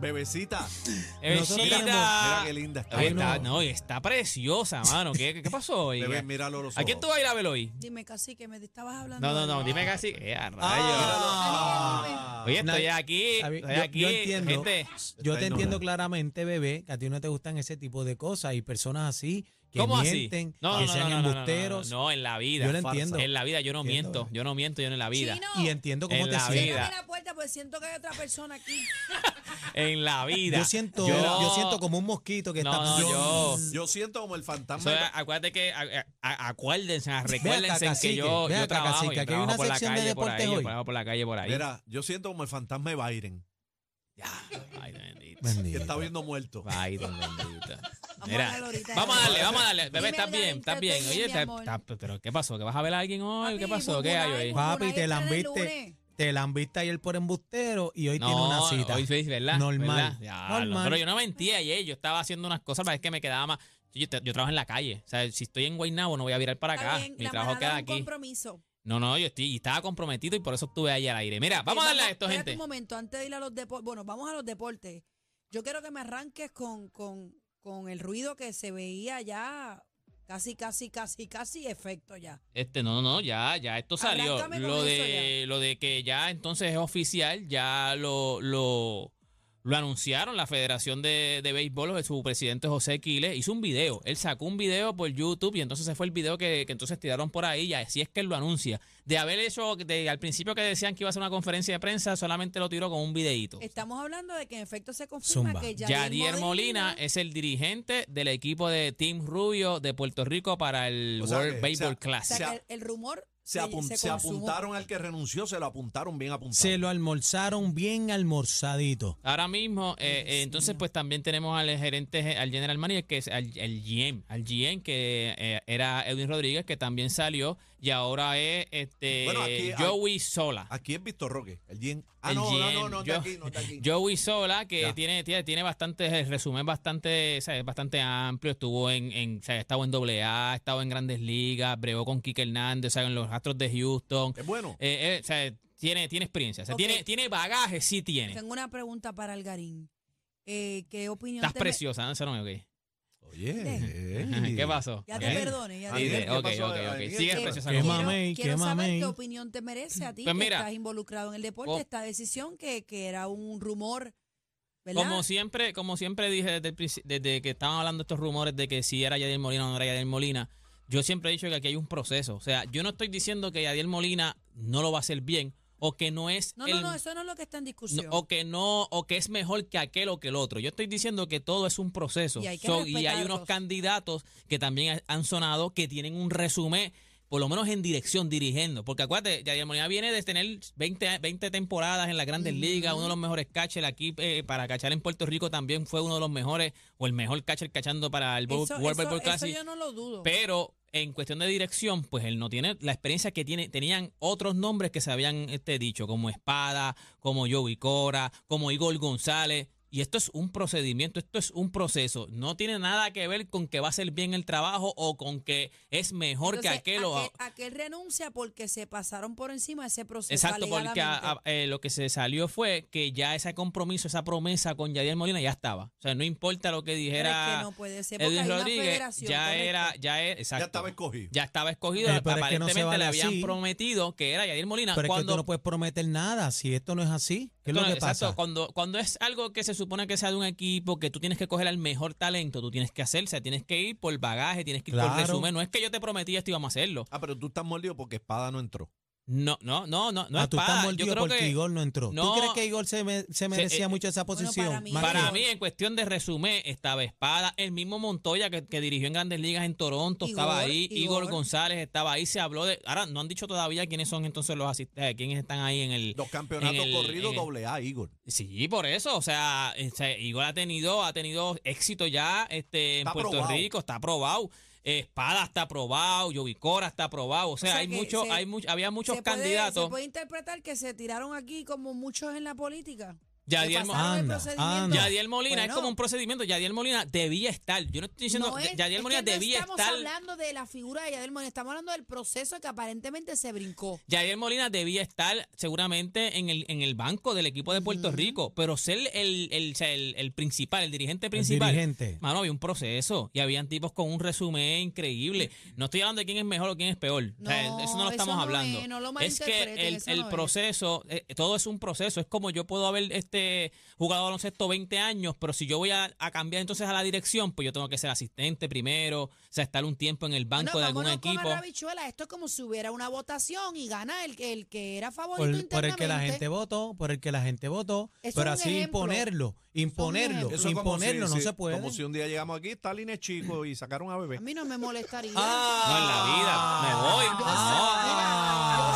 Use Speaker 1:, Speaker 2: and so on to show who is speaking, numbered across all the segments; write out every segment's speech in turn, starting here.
Speaker 1: Bebecita.
Speaker 2: Bebecita.
Speaker 1: Mira, mira qué linda está.
Speaker 2: Ahí está, no, y está preciosa, mano. ¿Qué, qué- qué pasó hoy?
Speaker 1: Bebé, míralo a los ojos.
Speaker 2: ¿A quién tú vas a ir a ver hoy?
Speaker 3: Dime, cacique, me estabas hablando.
Speaker 2: No, no,
Speaker 3: de-
Speaker 2: no, dime casi. Eh, a rayos.
Speaker 1: Ah.
Speaker 2: Oye,
Speaker 4: Nadie-
Speaker 2: estoy aquí,
Speaker 4: Javi,
Speaker 2: estoy
Speaker 4: yo-
Speaker 2: aquí.
Speaker 4: yo entiendo.
Speaker 2: Gente,
Speaker 4: Yo
Speaker 1: Está
Speaker 4: te
Speaker 1: ignorante.
Speaker 4: entiendo claramente, bebé, que a ti no te gustan ese tipo de cosas y personas así que
Speaker 2: ¿cómo así?
Speaker 4: mienten, que sean embusteros.
Speaker 2: No, en la vida.
Speaker 4: Yo lo
Speaker 2: Farsa.
Speaker 4: entiendo.
Speaker 2: En la vida yo no
Speaker 4: Entiendo, eh.
Speaker 2: miento,
Speaker 4: bebé.
Speaker 2: yo no miento, yo no en la vida.
Speaker 3: Chino,
Speaker 4: Y entiendo cómo
Speaker 2: En
Speaker 4: te
Speaker 2: la
Speaker 4: sientes.
Speaker 2: vida.
Speaker 3: Cierrame la puerta porque siento que hay otra persona aquí.
Speaker 2: En la vida.
Speaker 4: Yo siento,
Speaker 2: Yo-
Speaker 4: yo, siento como un mosquito que
Speaker 2: No,
Speaker 4: está.
Speaker 2: no, yo-
Speaker 1: Yo siento como el fantasma.
Speaker 2: Eso es, acuérdate que, a- a- acuérdense, ah,
Speaker 4: Ve acá,
Speaker 2: recuérdense que
Speaker 4: cacique,
Speaker 2: yo,
Speaker 4: ve
Speaker 2: yo
Speaker 4: acá,
Speaker 2: trabajo,
Speaker 4: cacique,
Speaker 2: yo
Speaker 4: aquí hay
Speaker 2: trabajo
Speaker 4: una
Speaker 2: por la
Speaker 4: sección de
Speaker 2: calle por ahí,
Speaker 4: deportes
Speaker 2: yo
Speaker 4: hoy.
Speaker 2: trabajo por la calle por ahí.
Speaker 1: Mira, yo siento como el fantasma de Byron,
Speaker 2: Ay, bendito.
Speaker 1: que
Speaker 4: Bendito.
Speaker 1: está viendo muerto.
Speaker 2: Ay, don bendito.
Speaker 3: Vamos
Speaker 2: Mira,
Speaker 3: a darle ahorita.
Speaker 2: vamos a darle, vamos a darle. Bebé,
Speaker 3: Dime
Speaker 2: estás
Speaker 3: la
Speaker 2: bien,
Speaker 3: verdad,
Speaker 2: estás bien.
Speaker 3: estoy
Speaker 2: Oye,
Speaker 3: bien, mi
Speaker 2: está-
Speaker 3: amor.
Speaker 2: está- pero ¿qué pasó? ¿Que vas a ver a alguien hoy?
Speaker 3: Papi,
Speaker 2: ¿Qué pasó? ¿Qué hay
Speaker 3: Bumburay,
Speaker 2: hoy?
Speaker 3: Bumburay
Speaker 4: Papi, te
Speaker 3: está
Speaker 4: la
Speaker 3: el
Speaker 4: viste.
Speaker 3: este lunes.
Speaker 4: Te la viste ayer por embustero y hoy tiene una
Speaker 2: No,
Speaker 4: cita.
Speaker 2: hoy sí, ¿verdad?
Speaker 4: Normal.
Speaker 2: ¿verdad? Ya, lo-
Speaker 4: Normal.
Speaker 2: Pero yo no mentí ayer, yo estaba haciendo unas cosas, parece que me quedaba más. Yo, te- yo trabajo en la calle, o sea, si estoy en Guaynabo no voy a virar para
Speaker 3: Está
Speaker 2: acá,
Speaker 3: bien,
Speaker 2: mi
Speaker 3: la
Speaker 2: trabajo
Speaker 3: manada
Speaker 2: queda
Speaker 3: es un
Speaker 2: aquí.
Speaker 3: compromiso.
Speaker 2: No, no, yo estoy, y estaba comprometido y por eso estuve ahí al aire. Mira, vamos a darle a esto,
Speaker 3: Eh, espérate
Speaker 2: gente.
Speaker 3: un momento, antes de ir a los deportes. Bueno, vamos a los deportes. Yo quiero que me arranques con, con, con el ruido que se veía ya. Casi, casi, casi, casi efecto ya.
Speaker 2: Este, no, no, ya, ya, esto salió.
Speaker 3: Arráncame con
Speaker 2: Lo
Speaker 3: eso
Speaker 2: de, lo de que ya entonces es oficial, ya lo, lo, lo anunciaron la Federación de, de Béisbol, su presidente José Quiles, hizo un video. Él sacó un video por YouTube y entonces se fue el video que, que entonces tiraron por ahí y así es que él lo anuncia. De haber hecho, de, al principio que decían que iba a hacer una conferencia de prensa, solamente lo tiró con un videíto.
Speaker 3: Estamos hablando de que en efecto se confirma
Speaker 4: Zumba.
Speaker 3: que Yadier,
Speaker 2: Yadier Molina es el dirigente del equipo de Team Rubio de Puerto Rico para el
Speaker 1: O sea
Speaker 2: World
Speaker 1: que,
Speaker 2: Baseball
Speaker 1: o sea,
Speaker 3: O
Speaker 2: Classic.
Speaker 3: sea,
Speaker 1: se
Speaker 3: que
Speaker 1: a-
Speaker 3: el, el rumor
Speaker 1: Se, apun- se
Speaker 3: consumó.
Speaker 1: apuntaron al que renunció, se lo apuntaron bien apuntado.
Speaker 4: Se lo almorzaron bien almorzadito.
Speaker 2: Ahora mismo, eh,
Speaker 3: Dios
Speaker 2: eh, entonces,
Speaker 3: mío.
Speaker 2: pues también tenemos al gerente, ge- al general manager, que es al, el GM, al GM que eh, era Edwin Rodríguez, que también salió y ahora es este
Speaker 1: Bueno, aquí-
Speaker 2: Joey Sola.
Speaker 1: Aquí es Víctor Roque, el Jen. Ah,
Speaker 2: El
Speaker 1: no, no, no, no,
Speaker 2: GM, yo-
Speaker 1: está aquí, no está aquí.
Speaker 2: Joey Sola, que
Speaker 1: Ya.
Speaker 2: tiene, tiene, tiene bastante, el resumen bastante, ¿sabes? bastante amplio, estuvo en, en o sea, ha estado en AA, ha estado en Grandes Ligas, bregó con Kike Hernández, o sea, en los Astros de Houston,
Speaker 1: es bueno.
Speaker 2: Eh, eh, o sea, tiene, tiene experiencia, o sea,
Speaker 3: Ok.
Speaker 2: tiene, tiene bagaje, sí tiene.
Speaker 3: Tengo una pregunta para Algarín. Eh, ¿Qué opinión
Speaker 2: Estás
Speaker 3: te me-
Speaker 2: preciosa, no no, ok.
Speaker 1: Oye, ey.
Speaker 2: eh, ¿Qué pasó?
Speaker 3: Ya
Speaker 2: Ok.
Speaker 3: te perdone, ya
Speaker 1: Ah,
Speaker 3: te
Speaker 1: bien.
Speaker 2: Dice,
Speaker 3: perdono.
Speaker 1: ¿qué
Speaker 2: ok,
Speaker 1: pasó,
Speaker 2: ok, ok.
Speaker 1: Daniel?
Speaker 2: Sigue
Speaker 1: ¿Qué?
Speaker 2: preciosa
Speaker 4: ¿Qué
Speaker 2: como
Speaker 4: más?
Speaker 2: quiera.
Speaker 4: mamey,
Speaker 3: quiero
Speaker 4: qué
Speaker 3: saber
Speaker 4: mamey.
Speaker 3: qué opinión te merece a ti
Speaker 2: Pues
Speaker 3: que
Speaker 2: mira,
Speaker 3: estás involucrado en el deporte,
Speaker 2: co-
Speaker 3: esta decisión que, que era un rumor, ¿verdad?
Speaker 2: Como siempre, como siempre dije desde, el princi- desde que estaban hablando estos rumores de que si era Yadier Molina o no era Yadier Molina, yo siempre he dicho que aquí hay un proceso. O sea, yo no estoy diciendo que Yadier Molina no lo va a hacer bien o que no es
Speaker 3: no,
Speaker 2: el
Speaker 3: no, no, eso no es lo que está en
Speaker 2: No,
Speaker 3: discusión.
Speaker 2: o que no, o que es mejor que aquel o que el otro. Yo estoy diciendo que todo es un proceso.
Speaker 3: Y hay que
Speaker 2: y hay unos
Speaker 3: respetarlos.
Speaker 2: candidatos que también ha- han sonado que tienen un resumen, por lo menos en dirección, dirigiendo. Porque acuérdate, Yadier Molina viene de tener 20, a- 20 temporadas en las grandes ligas, uno de los mejores catchers aquí eh, para cachar en Puerto Rico también fue uno de los mejores, o el mejor catcher cachando para el Bo-
Speaker 3: eso,
Speaker 2: World
Speaker 3: eso-
Speaker 2: Baseball
Speaker 3: eso
Speaker 2: Classic.
Speaker 3: yo no lo dudo.
Speaker 2: Pero en cuestión de dirección, pues él no tiene la experiencia que tiene. Tenían otros nombres que se habían este, dicho, como Espada, como Joey Cora, como Igor González. Y esto es un procedimiento, esto es un proceso. No tiene nada que ver con que va a hacer bien el trabajo o con que es mejor
Speaker 3: Entonces,
Speaker 2: que aquel o...
Speaker 3: aquel, aquel renuncia porque se pasaron por encima de ese proceso.
Speaker 2: Exacto, porque a-
Speaker 3: alegadamente.
Speaker 2: a- eh, lo que se salió fue que ya ese compromiso, esa promesa con Yadier Molina ya estaba. O sea, no importa lo que
Speaker 3: Pero
Speaker 2: dijera
Speaker 3: es que no puede ser, porque
Speaker 2: Edwin
Speaker 3: hay una
Speaker 2: Rodríguez,
Speaker 3: federación,
Speaker 2: ya
Speaker 3: correcto.
Speaker 2: era, ya era, exacto.
Speaker 1: Ya estaba escogido.
Speaker 2: Ya estaba escogido.
Speaker 4: Eh, pero es que no se
Speaker 2: Aparentemente
Speaker 4: vale
Speaker 2: le habían
Speaker 4: así.
Speaker 2: prometido que era Yadier Molina.
Speaker 4: Pero es que
Speaker 2: cuando,
Speaker 4: tú no puedes prometer nada si esto no es así. ¿Qué es lo
Speaker 2: Entonces,
Speaker 4: que
Speaker 2: exacto,
Speaker 4: pasa?
Speaker 2: Cuando, cuando es algo que se supone que sea de un equipo, que tú tienes que coger al mejor talento, tú tienes que hacer, o sea, tienes que ir por bagaje, tienes que ir por
Speaker 4: Claro.
Speaker 2: resumen. No es que yo te prometí esto y vamos a hacerlo.
Speaker 1: Ah, pero tú estás molido porque Espada no entró.
Speaker 2: No, no, no, no, no
Speaker 4: Ah,
Speaker 2: es
Speaker 4: tú estás
Speaker 2: espada.
Speaker 4: mordido
Speaker 2: Yo creo
Speaker 4: porque
Speaker 2: que
Speaker 4: Igor no entró.
Speaker 2: No.
Speaker 4: ¿Tú crees que Igor se, me- se merecía
Speaker 2: eh,
Speaker 4: mucho esa
Speaker 3: Bueno,
Speaker 4: posición?
Speaker 3: para mí-
Speaker 4: Manolo?
Speaker 2: para mí, en cuestión de resumen, estaba Espada, el mismo Montoya que, que dirigió en Grandes Ligas en Toronto estaba
Speaker 3: Igor,
Speaker 2: ahí, Igor.
Speaker 3: Igor.
Speaker 2: González estaba ahí, se habló de... Ahora, no han dicho todavía quiénes son entonces los asistentes, quiénes están ahí en el...
Speaker 5: Los campeonatos
Speaker 2: en el-
Speaker 5: corridos
Speaker 2: en el-
Speaker 5: doble A, Igor.
Speaker 2: Sí, por eso, o sea, eh, o sea, Igor ha tenido, ha tenido éxito ya este, en
Speaker 5: Está
Speaker 2: Puerto
Speaker 5: aprobado.
Speaker 2: Rico, está aprobado, eh, Espada está aprobado, Yovicora está aprobado, o sea,
Speaker 3: sea
Speaker 2: hay
Speaker 3: que
Speaker 2: mucho,
Speaker 3: se-
Speaker 2: hay mucho, había muchos
Speaker 3: se puede-
Speaker 2: candidatos.
Speaker 3: se puede interpretar que se tiraron aquí como muchos en la política.
Speaker 2: Yadier
Speaker 3: Que
Speaker 2: Mo-
Speaker 3: pasaron el
Speaker 4: Anda,
Speaker 3: procedimiento.
Speaker 4: anda.
Speaker 2: Yadier Molina
Speaker 3: Bueno,
Speaker 2: es como un procedimiento. Yadier Molina debía estar. Yo no estoy diciendo.
Speaker 3: no es-
Speaker 2: Yadier
Speaker 3: es
Speaker 2: Molina
Speaker 3: que no
Speaker 2: debía
Speaker 3: estamos
Speaker 2: estar.
Speaker 3: hablando de la figura de Yadier Molina, estamos hablando del proceso que aparentemente se brincó.
Speaker 2: Yadier Molina debía estar seguramente en el, en el banco del equipo de Puerto Rico, pero ser el, el, o sea, el- el principal, el dirigente principal.
Speaker 4: dirigente.
Speaker 2: Mano, había un proceso y habían tipos con un resumen increíble. No estoy hablando de quién es mejor o quién es peor. O sea,
Speaker 3: No,
Speaker 2: eso no lo
Speaker 3: eso
Speaker 2: estamos
Speaker 3: no
Speaker 2: hablando.
Speaker 3: es, no lo
Speaker 2: es
Speaker 3: malinterpreten,
Speaker 2: que el,
Speaker 3: eso
Speaker 2: el
Speaker 3: no es.
Speaker 2: proceso, eh, todo es un proceso. Es como yo puedo haber este, jugado baloncesto 20 años, pero si yo voy a, a cambiar entonces a la dirección, pues yo tengo que ser asistente primero, o sea, estar un tiempo en el banco
Speaker 3: Bueno,
Speaker 2: de algún
Speaker 3: vámonos con
Speaker 2: equipo.
Speaker 3: Arrabichuela. Esto es como si hubiera una votación y gana el, que- el que era favorito
Speaker 4: por,
Speaker 3: internamente.
Speaker 4: por el que la gente votó, por el que la gente votó,
Speaker 3: Eso es
Speaker 4: pero
Speaker 3: un
Speaker 4: así
Speaker 3: ejemplo.
Speaker 4: imponerlo, imponerlo,
Speaker 3: ejemplo.
Speaker 5: Eso es como
Speaker 4: imponerlo
Speaker 5: si-
Speaker 4: no
Speaker 5: si-
Speaker 4: se puede.
Speaker 5: Como si un día llegamos aquí, Stalin es chico y sacaron a bebé.
Speaker 3: A mí no me molestaría.
Speaker 2: Ah. No, en la
Speaker 4: Ah.
Speaker 2: vida. Me voy.
Speaker 3: Yo soy- mira, yo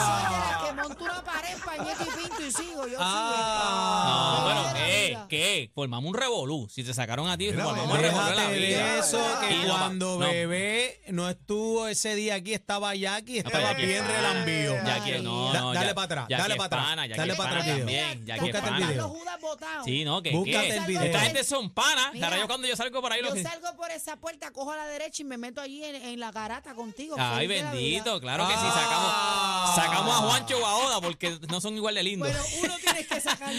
Speaker 3: soy de las que monto una pared en pañete y pinto y sigo. Yo
Speaker 4: Ah.
Speaker 2: No,
Speaker 3: sigo.
Speaker 2: bueno,
Speaker 3: Yo soy de la
Speaker 2: eh,
Speaker 3: vida.
Speaker 2: ¿qué? Formamos un revolú. Si te sacaron a ti,
Speaker 5: Mira,
Speaker 2: formamos un
Speaker 5: déjate
Speaker 2: revolú en la
Speaker 4: Déjate
Speaker 2: vida.
Speaker 4: de eso, que
Speaker 2: Y no,
Speaker 4: cuando
Speaker 2: no,
Speaker 4: bebé no estuvo ese día aquí, estaba Jackie, estaba
Speaker 2: Jackie.
Speaker 4: bien relambío.
Speaker 2: Ya que no,
Speaker 4: Da-
Speaker 2: no,
Speaker 4: dale
Speaker 2: ya-
Speaker 4: para atrás,
Speaker 2: ya
Speaker 4: dale
Speaker 2: que
Speaker 4: para atrás,
Speaker 2: pana, ya
Speaker 4: dale
Speaker 2: que
Speaker 4: para
Speaker 2: pana
Speaker 4: atrás el video.
Speaker 2: también, ya que
Speaker 4: Búscate el
Speaker 2: pana.
Speaker 4: video.
Speaker 3: Los Judas botados.
Speaker 2: Sí, no, que
Speaker 4: Búscate
Speaker 2: qué.
Speaker 4: el video.
Speaker 2: Esta gente son panas.
Speaker 3: Mira.
Speaker 2: Ahora yo cuando yo salgo por ahí lo
Speaker 3: Yo
Speaker 2: que-
Speaker 3: salgo por esa puerta, cojo a la derecha y me meto allí en, en la garata contigo.
Speaker 2: Ay,
Speaker 3: feliz de la
Speaker 2: bendito,
Speaker 3: vida.
Speaker 2: claro que sí,
Speaker 4: Ah.
Speaker 2: sacamos, sacamos a
Speaker 5: Ah.
Speaker 2: Juancho o a Oda porque no son igual de lindos.
Speaker 3: Bueno, uno tienes que sacar.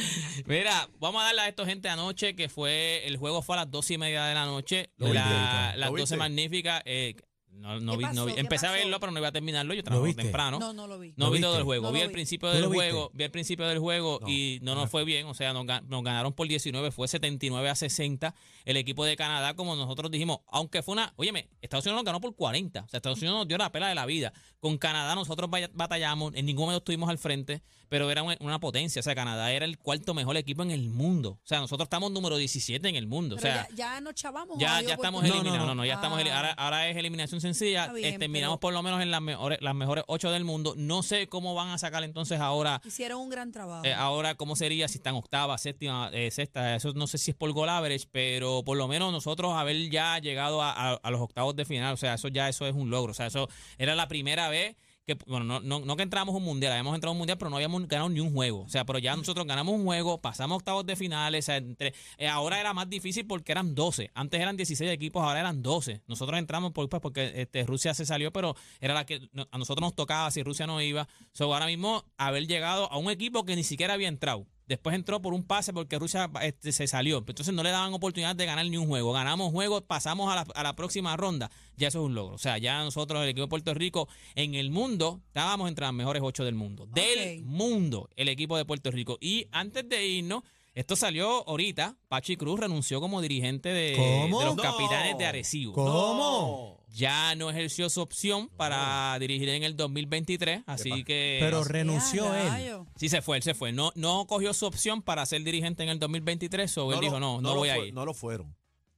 Speaker 2: Mira, vamos a darle a esto gente anoche que fue, el juego fue a las dos y media de la noche,
Speaker 5: Lo
Speaker 2: la-
Speaker 5: viste, Erika.
Speaker 2: las
Speaker 5: ¿Lo
Speaker 2: 12
Speaker 5: viste?
Speaker 2: magníficas, eh, no, no
Speaker 3: ¿Qué
Speaker 2: vi, no
Speaker 3: pasó?
Speaker 2: vi-
Speaker 3: ¿Qué
Speaker 2: empecé a
Speaker 3: pasó?
Speaker 2: verlo pero no iba a terminarlo, yo trabajo
Speaker 4: viste?
Speaker 2: temprano.
Speaker 3: No, no lo vi.
Speaker 2: No
Speaker 4: ¿Lo
Speaker 2: vi todo
Speaker 4: viste?
Speaker 2: el juego,
Speaker 3: No
Speaker 2: vi
Speaker 3: lo
Speaker 2: el
Speaker 3: vi.
Speaker 2: principio
Speaker 4: ¿Tú
Speaker 2: del
Speaker 4: lo viste?
Speaker 2: juego, vi el principio del juego
Speaker 5: No,
Speaker 2: y no nos fue bien, o sea, nos, gan- nos ganaron por 19, fue 79 a 60 el equipo de Canadá, como nosotros dijimos, aunque fue una, óyeme, Estados Unidos nos ganó por 40, o sea, Estados Unidos nos dio la pela de la vida, con Canadá nosotros vaya- batallamos, en ningún momento estuvimos al frente, pero era una, una potencia, o sea, Canadá era el cuarto mejor equipo en el mundo, o sea, nosotros estamos número 17 en el mundo,
Speaker 3: Pero
Speaker 2: o sea...
Speaker 3: ya, ya nos chavamos. ¿o
Speaker 2: Ya,
Speaker 3: había
Speaker 2: ya estamos
Speaker 3: oportunidad?
Speaker 2: eliminados.
Speaker 4: eliminados.
Speaker 2: No, no, ya
Speaker 3: Ah.
Speaker 2: estamos eli- ahora, ahora es eliminación sencilla.
Speaker 3: Está bien,
Speaker 2: eh, terminamos
Speaker 3: pero-
Speaker 2: por lo menos en las mejores, las mejores ocho del mundo. No sé cómo van a sacar entonces ahora.
Speaker 3: Hicieron un gran trabajo.
Speaker 2: eh, ahora, ¿cómo sería si están octava, séptima, eh, sexta? Eso no sé si es por goal average, pero por lo menos nosotros haber ya llegado a, a- a los octavos de final, o sea, eso ya eso es un logro. O sea, eso era la primera vez que, bueno, no, no, no que entramos a un mundial, habíamos entrado a un mundial, pero no habíamos ganado ni un juego. O sea, pero ya nosotros ganamos un juego, pasamos a octavos de finales. O sea, entre, eh, ahora era más difícil porque eran 12. Antes eran 16 equipos, ahora eran 12. Nosotros entramos por, pues, porque este, Rusia se salió, pero era la que no- a nosotros nos tocaba si Rusia no iba. So, ahora mismo, haber llegado a un equipo que ni siquiera había entrado. Después entró por un pase porque Rusia este, se salió. Entonces no le daban oportunidad de ganar ni un juego. Ganamos juegos, pasamos a la, a la próxima ronda. Ya eso es un logro. O sea, ya nosotros, el equipo de Puerto Rico, en el mundo, estábamos entre las mejores ocho del mundo. Del
Speaker 3: Ok.
Speaker 2: mundo, el equipo de Puerto Rico. Y antes de irnos, esto salió ahorita. Pachi Cruz renunció como dirigente Eh, de,
Speaker 4: ¿Cómo?
Speaker 2: de los
Speaker 4: No.
Speaker 2: capitanes de Arecibo
Speaker 4: ¿Cómo?
Speaker 2: ya no ejerció su opción para dirigir en el 2023, Eh, así que
Speaker 4: Pero renunció
Speaker 3: Ya,
Speaker 4: él.
Speaker 3: rayo.
Speaker 2: sí se fue, él se fue. No, no cogió su opción para ser dirigente en el 2023, o él
Speaker 5: lo-
Speaker 2: dijo no, no,
Speaker 5: lo
Speaker 2: voy a
Speaker 5: fue-
Speaker 2: ir. No,
Speaker 5: No lo fueron.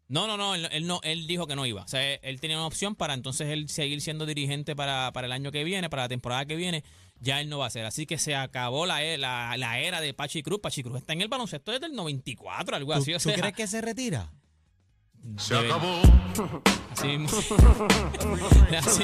Speaker 2: no, no, él, él no, él dijo que no iba. O sea, él tenía una opción para entonces él seguir siendo dirigente para, para el año que viene, para la temporada que viene. Ya él no va a ser. Así que se acabó la, e- la, la era de Pachi Cruz. Pachi Cruz está en el baloncesto desde el 94, algo
Speaker 4: ¿Tú,
Speaker 2: así. O
Speaker 4: tú
Speaker 2: sea,
Speaker 4: crees que se retira?
Speaker 2: Se acabó. Así mismo. Así.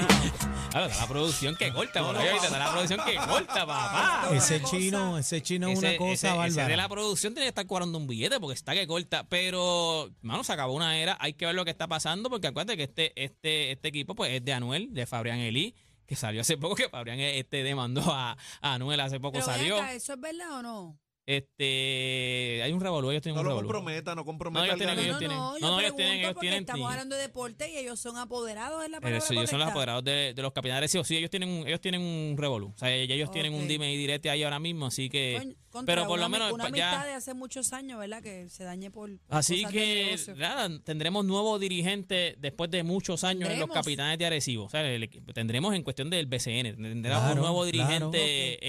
Speaker 2: Ahora, está la producción que corta, por ahí, ahorita está la producción que corta, papá.
Speaker 4: Ese chino, ese chino es una cosa
Speaker 2: ese- ese
Speaker 4: bárbara.
Speaker 2: de la producción tiene que estar cobrando un billete porque está que corta. Pero, mano, se acabó una era. Hay que ver lo que está pasando porque acuérdate que este, este, este equipo pues, es de Anuel, de Fabián Elí, que salió hace poco, que Fabián este, demandó a, a Anuel hace poco
Speaker 3: Pero ven eh.
Speaker 2: salió.
Speaker 3: acá, ¿Eso es verdad o no?
Speaker 2: Este, hay un revolú, ellos tienen
Speaker 5: No
Speaker 2: un
Speaker 5: lo
Speaker 2: revolú.
Speaker 5: comprometa, no comprometa
Speaker 2: No, ellos
Speaker 5: al
Speaker 2: tienen,
Speaker 5: galán.
Speaker 2: ellos tienen.
Speaker 3: No,
Speaker 2: No,
Speaker 3: no,
Speaker 2: no,
Speaker 3: yo
Speaker 2: ellos tienen,
Speaker 3: pregunto
Speaker 2: ellos
Speaker 3: porque
Speaker 2: tienen
Speaker 3: estamos
Speaker 2: team.
Speaker 3: hablando de deporte y ellos son apoderados, es la palabra
Speaker 2: Eso, Eh, ellos son los
Speaker 3: correcta?
Speaker 2: apoderados de, de los capitanes. Sí, o sí, ellos tienen un, ellos tienen un revolú. O sea, ellos tienen un
Speaker 3: Ok.
Speaker 2: dime y direte ahí ahora mismo, así que.
Speaker 3: Coño, contra
Speaker 2: eh, pero por
Speaker 3: una
Speaker 2: lo
Speaker 3: ami-
Speaker 2: menos
Speaker 3: una
Speaker 2: pa- ya.
Speaker 3: amistad de hace muchos años, ¿verdad? Que se dañe por, por
Speaker 2: Así
Speaker 3: cosas del
Speaker 2: que
Speaker 3: negocio.
Speaker 2: nada, tendremos nuevo dirigente después de muchos años en los
Speaker 3: Tendremos.
Speaker 2: capitanes de Arecibo. O sea, el equi- tendremos en cuestión del BCN, tendremos
Speaker 4: Claro,
Speaker 2: un nuevo dirigente
Speaker 4: claro.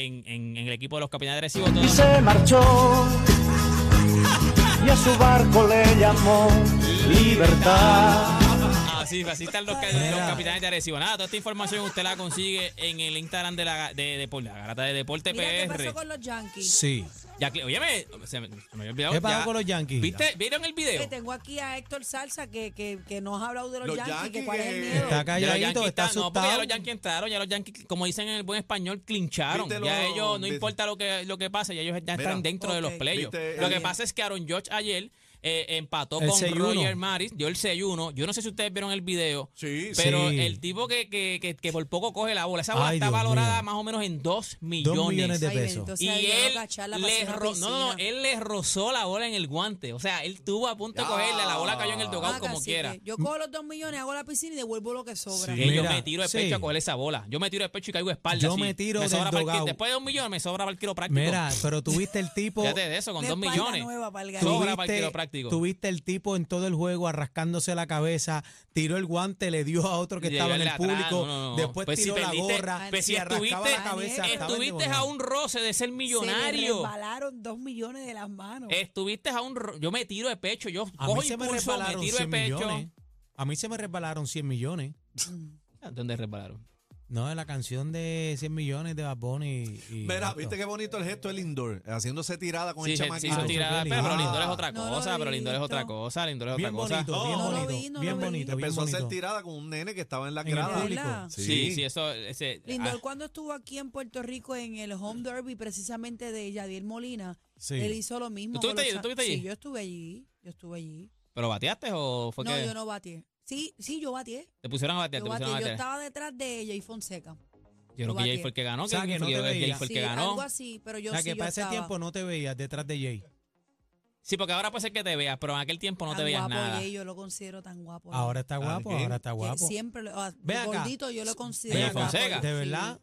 Speaker 2: en, en- en el equipo de los capitanes de Arecibo. Todo-
Speaker 6: y se marchó y a su barco le llamó libertad.
Speaker 2: Así, así están los, ca-
Speaker 4: Mira.
Speaker 2: los capitanes de Arecibo. Nada, toda esta información usted la consigue en el Instagram de la de, de- por la garata de Deporte
Speaker 3: Mira qué
Speaker 2: PR.
Speaker 3: pasó con los Yankees.
Speaker 4: Sí.
Speaker 2: Ya, que- óyeme, se me, se me había olvidado.
Speaker 4: ¿Qué pasó
Speaker 2: ya.
Speaker 4: con los Yankees?
Speaker 2: ¿Viste? ¿Vieron el video?
Speaker 3: Que tengo aquí a Héctor Salsa que, que, que nos ha hablado de los,
Speaker 5: Los
Speaker 3: Yankees,
Speaker 5: Yankees
Speaker 3: que cuál es el
Speaker 5: que-
Speaker 3: miedo.
Speaker 4: eh, Está
Speaker 2: Ya los
Speaker 4: calladito,
Speaker 2: Yankees
Speaker 4: está
Speaker 2: están- No, porque ya
Speaker 4: asustado.
Speaker 2: los Yankees entraron, ya los Yankees, como dicen en el buen español, clincharon.
Speaker 5: Viste
Speaker 2: ya
Speaker 5: lo-
Speaker 2: ellos, no
Speaker 5: viste-
Speaker 2: importa lo que, lo que pase, ya ellos ya
Speaker 5: Mira,
Speaker 2: están dentro de los
Speaker 3: ok.
Speaker 2: playoffs.
Speaker 5: Viste eh,
Speaker 2: Lo
Speaker 5: el-
Speaker 2: que pasa es que Aaron George ayer eh, empató
Speaker 4: El
Speaker 2: con
Speaker 4: 6-1.
Speaker 2: Roger Maris, dio el 6-1. Yo no sé si ustedes vieron el video,
Speaker 5: Sí, sí.
Speaker 2: pero
Speaker 4: Sí.
Speaker 2: el tipo que, que, que, que por poco coge la bola, esa bola
Speaker 4: Ay,
Speaker 2: está
Speaker 4: Dios
Speaker 2: valorada
Speaker 4: mío.
Speaker 2: más o menos en 2 millones.
Speaker 4: Dos millones de
Speaker 3: Ay,
Speaker 4: pesos.
Speaker 3: bendito
Speaker 2: y
Speaker 3: sea Dios,
Speaker 2: él
Speaker 3: loca, charla,
Speaker 2: le,
Speaker 3: pasión a
Speaker 2: ro- no, no, no,
Speaker 3: piscina.
Speaker 2: él le rozó la bola en el guante. O sea, él tuvo a punto de cogerla, la bola cayó en el
Speaker 3: Ah,
Speaker 2: tocado como
Speaker 3: cacique,
Speaker 2: quiera.
Speaker 3: Yo cojo los dos millones, hago la piscina y devuelvo lo que sobra.
Speaker 2: Que yo
Speaker 4: Mira,
Speaker 2: me tiro de
Speaker 4: sí.
Speaker 2: pecho a coger esa bola. Yo me tiro de pecho y caigo de espalda.
Speaker 4: Yo
Speaker 2: así.
Speaker 4: me tiro del
Speaker 2: sobra para el
Speaker 4: dogao.
Speaker 2: qui- Después de un millón me sobra para el quiropráctico.
Speaker 4: Mira, pero tuviste el tipo.
Speaker 2: Fíjate de eso, con
Speaker 3: Una
Speaker 2: dos
Speaker 3: espalda
Speaker 2: millones.
Speaker 3: nueva pa'l gallo.
Speaker 2: Sobra para el
Speaker 4: Tuviste,
Speaker 2: quiropráctico.
Speaker 4: tuviste el tipo en todo el juego arrascándose la cabeza, tiró el guante, le dio a otro que
Speaker 2: Y
Speaker 4: estaba en
Speaker 2: llevarle
Speaker 4: el
Speaker 2: atrás, no,
Speaker 4: público,
Speaker 2: no, no.
Speaker 4: después
Speaker 2: Pues si
Speaker 4: tiró la
Speaker 2: perdiste-
Speaker 4: gorra,
Speaker 2: pues si
Speaker 4: se arrascaba
Speaker 2: estuviste-
Speaker 4: la cabeza. estaba
Speaker 2: Estuviste a
Speaker 4: endemoniado.
Speaker 2: un roce de ser
Speaker 3: Se le
Speaker 2: millonario.
Speaker 3: resbalaron dos millones de las manos.
Speaker 2: Estuviste a un ro- Yo me tiro de pecho. Yo
Speaker 4: A
Speaker 2: cojo
Speaker 4: mí se me
Speaker 2: impulso, me,
Speaker 4: resbalaron
Speaker 2: tiro de
Speaker 4: 100
Speaker 2: pecho.
Speaker 4: millones. A mí se me resbalaron 100 millones.
Speaker 2: Ah, ¿Dónde resbalaron?
Speaker 4: No, de la canción de 100 millones de Bad Bunny. y- y
Speaker 5: Mira,
Speaker 4: esto.
Speaker 5: viste qué bonito el gesto del indoor, haciéndose tirada con
Speaker 2: Sí,
Speaker 5: el
Speaker 2: se,
Speaker 5: chamaquito.
Speaker 2: se hizo
Speaker 4: Ah,
Speaker 2: tirada,
Speaker 4: qué
Speaker 2: pero, pero
Speaker 5: lindo.
Speaker 2: Lindor es otra
Speaker 3: No lo
Speaker 2: cosa, pero
Speaker 3: he
Speaker 2: Lindor es otra
Speaker 3: visto.
Speaker 2: cosa, Lindor es otra
Speaker 4: Bien
Speaker 2: cosa. Oh.
Speaker 4: bonito, bien
Speaker 5: No, no lo
Speaker 4: bonito.
Speaker 3: vi, no
Speaker 4: bien
Speaker 3: lo vi.
Speaker 4: bonito, bien
Speaker 5: Empezó a hacer
Speaker 4: bonito.
Speaker 5: tirada con un nene que estaba en la
Speaker 4: En el
Speaker 5: grada.
Speaker 4: público.
Speaker 2: Sí, sí, eso ese,
Speaker 3: Lindor,
Speaker 2: ah,
Speaker 3: cuando estuvo aquí en Puerto Rico en el Home Derby, precisamente de Yadier Molina,
Speaker 4: Sí.
Speaker 3: él hizo lo mismo.
Speaker 2: ¿Tú
Speaker 3: con
Speaker 2: estuviste allí?
Speaker 3: los-
Speaker 2: ¿Tú estuviste allí?
Speaker 3: Sí, yo estuve allí. Yo estuve allí.
Speaker 2: pero bateaste o fue
Speaker 3: no,
Speaker 2: que
Speaker 3: yo no bateé. Sí, sí, yo bateé.
Speaker 2: te pusieron a batear,
Speaker 3: Yo
Speaker 2: te pusieron a
Speaker 3: bateé. Yo
Speaker 2: batear.
Speaker 3: estaba detrás de Jay Fonseca.
Speaker 2: Yo creo
Speaker 3: Lo
Speaker 2: que Jay
Speaker 3: bateé.
Speaker 2: fue el que ganó.
Speaker 4: O sea,
Speaker 2: que
Speaker 4: que
Speaker 2: yo
Speaker 4: no te
Speaker 2: creo que Jay
Speaker 4: veía.
Speaker 2: fue el
Speaker 3: sí,
Speaker 2: que
Speaker 3: algo
Speaker 2: ganó.
Speaker 3: así, pero yo
Speaker 4: O sea, que
Speaker 3: sí yo
Speaker 4: para ese
Speaker 3: estaba.
Speaker 4: tiempo no te veías detrás de Jay.
Speaker 2: Sí, porque ahora puede ser que te veas, pero en aquel tiempo no
Speaker 3: Tan
Speaker 2: te veías
Speaker 3: guapo
Speaker 2: nada.
Speaker 3: Jay, yo lo considero tan guapo. Jay.
Speaker 4: Ahora está guapo,
Speaker 5: ¿qué?
Speaker 4: ahora está
Speaker 3: Que
Speaker 4: guapo.
Speaker 3: Siempre, lo- ah,
Speaker 4: Ve acá.
Speaker 3: gordito yo lo
Speaker 2: Jay
Speaker 3: considero. guapo,
Speaker 2: Fonseca.
Speaker 3: sí.
Speaker 4: ¿De verdad?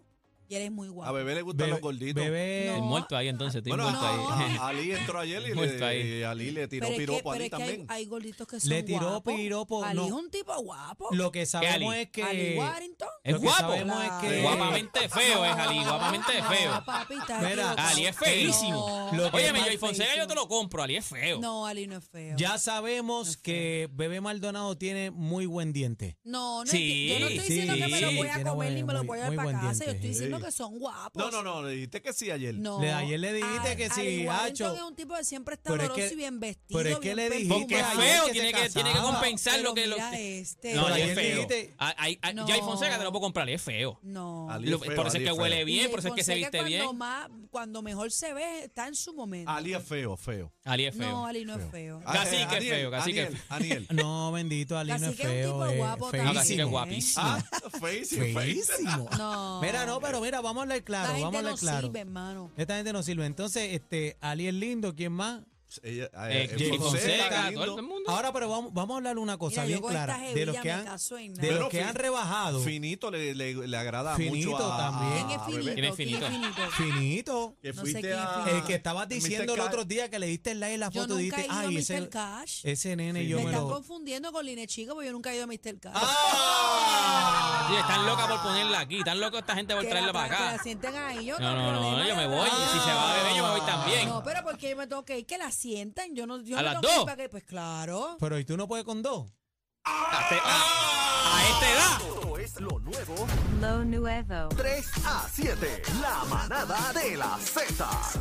Speaker 3: Y eres muy guapo.
Speaker 5: A bebé le gustan los gorditos.
Speaker 4: bebé-
Speaker 2: El
Speaker 3: No.
Speaker 2: muerto ahí entonces, estoy
Speaker 5: Bueno,
Speaker 2: muerto
Speaker 5: a-
Speaker 2: ahí.
Speaker 5: a- Ali entró ayer y,
Speaker 2: Muerto
Speaker 5: le,
Speaker 2: ahí.
Speaker 5: y Ali le tiró
Speaker 3: pero es que-
Speaker 5: piropo a
Speaker 3: pero
Speaker 5: Ali
Speaker 3: es que hay-
Speaker 5: también.
Speaker 3: Hay, gorditos que son
Speaker 4: Le tiró
Speaker 3: guapos.
Speaker 4: piropo,
Speaker 3: Ali
Speaker 4: no.
Speaker 3: es un tipo guapo.
Speaker 4: Lo que sabemos
Speaker 2: Ali?
Speaker 4: es que.
Speaker 3: Ali Warrington.
Speaker 2: Es
Speaker 4: lo que
Speaker 2: guapo.
Speaker 4: sabemos es que-
Speaker 2: Eh, Guapamente feo es Ali, guapamente
Speaker 3: No,
Speaker 2: feo.
Speaker 3: papi, estás
Speaker 4: Mira,
Speaker 3: equivocado.
Speaker 2: Ali es feísimo.
Speaker 3: No,
Speaker 4: Lo que-
Speaker 2: Oye, mi
Speaker 3: Ali
Speaker 2: Jay
Speaker 3: es
Speaker 2: Fonseca yo
Speaker 3: feísimo.
Speaker 2: te lo compro, Ali es feo.
Speaker 3: No, Ali no es feo.
Speaker 4: Ya sabemos que Bebé Maldonado tiene muy buen diente.
Speaker 3: No, no,
Speaker 2: Sí,
Speaker 3: enti- yo no estoy
Speaker 2: sí,
Speaker 3: diciendo que me lo voy
Speaker 4: tiene
Speaker 3: a comer ni me lo
Speaker 4: buen-
Speaker 3: voy a
Speaker 4: muy
Speaker 3: dar para
Speaker 4: buen
Speaker 3: casa. Yo
Speaker 4: diente.
Speaker 3: estoy diciendo
Speaker 5: Sí.
Speaker 3: que son guapos.
Speaker 5: No, no, no, le dijiste que sí ayer.
Speaker 3: No.
Speaker 4: Le- ayer le dijiste
Speaker 3: Al-
Speaker 4: que sí,
Speaker 3: Ali Warrington
Speaker 4: hacho.
Speaker 3: es un tipo que siempre está
Speaker 4: Pero es
Speaker 3: doloroso
Speaker 4: que-
Speaker 3: y bien vestido.
Speaker 4: pero es que
Speaker 3: bien
Speaker 4: le dijiste
Speaker 3: perfumado.
Speaker 2: Porque es
Speaker 4: ayer
Speaker 2: feo,
Speaker 4: que
Speaker 2: tiene
Speaker 4: se
Speaker 2: que, tiene que
Speaker 4: casaba.
Speaker 2: compensar
Speaker 3: Pero
Speaker 2: lo que lo.
Speaker 3: mira este.
Speaker 2: No,
Speaker 4: Pero
Speaker 2: Ali
Speaker 4: ayer
Speaker 2: es feo.
Speaker 4: dijiste-
Speaker 2: Ah, ahí- ahí-
Speaker 3: No.
Speaker 2: Jay Fonseca te lo puedo comprar, Ali es feo.
Speaker 3: No.
Speaker 5: Ali
Speaker 2: Lo-
Speaker 5: es feo,
Speaker 2: por eso es
Speaker 5: Ali
Speaker 2: que
Speaker 5: es
Speaker 2: huele
Speaker 5: feo.
Speaker 2: bien,
Speaker 3: Y
Speaker 2: por eso es que se
Speaker 3: Fonseca
Speaker 2: viste bien.
Speaker 3: cuando Más, cuando mejor se ve, está en su momento.
Speaker 5: Ali es feo, feo.
Speaker 2: Ali es feo.
Speaker 3: no, Ali no es feo.
Speaker 5: Ah,
Speaker 2: Cacique
Speaker 5: eh,
Speaker 2: es feo, cacique
Speaker 5: Aniel,
Speaker 2: es
Speaker 5: Aniel.
Speaker 4: No, bendito, Ali no es
Speaker 3: Cacique es un
Speaker 4: feo.
Speaker 3: tipo
Speaker 4: eh,
Speaker 3: guapo
Speaker 4: feísimo.
Speaker 3: también.
Speaker 2: No, Cacique es
Speaker 3: ¿eh?
Speaker 2: guapísimo.
Speaker 5: Ah, feísimo, feísimo.
Speaker 4: Feísimo.
Speaker 3: No.
Speaker 4: Mira, no, pero mira, vamos a hablar
Speaker 3: La
Speaker 4: claro,
Speaker 3: gente
Speaker 4: vamos a hablar
Speaker 3: no
Speaker 4: claro.
Speaker 3: sirve, hermano.
Speaker 4: Esta gente no sirve. Entonces, este, Ali es lindo, ¿quién más?
Speaker 5: Ella-
Speaker 2: Eh,
Speaker 5: eh,
Speaker 2: Jay
Speaker 4: Fonseca,
Speaker 2: Fonseca,
Speaker 5: lindo.
Speaker 2: todo el mundo.
Speaker 4: Ahora, pero vamos, vamos a hablar una cosa
Speaker 3: Mira, yo
Speaker 4: bien
Speaker 3: con esta
Speaker 4: clara. De
Speaker 3: jevilla
Speaker 4: los que
Speaker 3: me
Speaker 4: han,
Speaker 3: caso en
Speaker 4: de
Speaker 3: nada.
Speaker 4: los
Speaker 5: Pero
Speaker 4: que han
Speaker 5: fin-
Speaker 4: rebajado.
Speaker 5: Finito le, le, le agrada
Speaker 4: Finito
Speaker 5: mucho a,
Speaker 4: también.
Speaker 3: ¿Quién es
Speaker 5: a
Speaker 3: finito?
Speaker 5: Bebé.
Speaker 2: ¿Quién es finito?
Speaker 4: Finito.
Speaker 5: Que
Speaker 3: No sé
Speaker 5: fuiste
Speaker 3: quién es
Speaker 5: a-
Speaker 3: finito.
Speaker 4: El que estabas diciendo el
Speaker 5: Mr.
Speaker 4: otro
Speaker 5: Cash.
Speaker 4: día que le diste el like en la
Speaker 3: Yo
Speaker 4: foto,
Speaker 3: nunca he
Speaker 4: dijiste,
Speaker 3: ido a
Speaker 4: ay,
Speaker 3: Mr.
Speaker 4: ese,
Speaker 3: Cash.
Speaker 4: ese nene yo
Speaker 3: me
Speaker 4: me
Speaker 3: están
Speaker 4: lo...
Speaker 3: confundiendo con Line Chica porque yo nunca he ido a Mr. Cash.
Speaker 2: Sí, están locas por ponerla aquí, están locos esta gente Ah. por
Speaker 3: que
Speaker 2: traerla
Speaker 3: la,
Speaker 2: para
Speaker 3: tra- que
Speaker 2: acá.
Speaker 3: la sienten ahí. Yo
Speaker 2: No, no, no,
Speaker 3: problema,
Speaker 2: yo me
Speaker 3: yo no-
Speaker 2: voy. Si se va a beber, yo me voy también.
Speaker 3: No, pero porque yo me tengo que ir, que la sientan. Yo no, yo
Speaker 2: ¿A
Speaker 3: no
Speaker 2: las
Speaker 3: tengo que ir
Speaker 2: dos?
Speaker 3: para que- Pues claro.
Speaker 4: Pero ¿y tú no puedes con dos?
Speaker 2: A, este- a- a esta edad.
Speaker 7: Esto es lo nuevo
Speaker 8: Lo Nuevo.
Speaker 7: 3 a 7. La manada de la Z.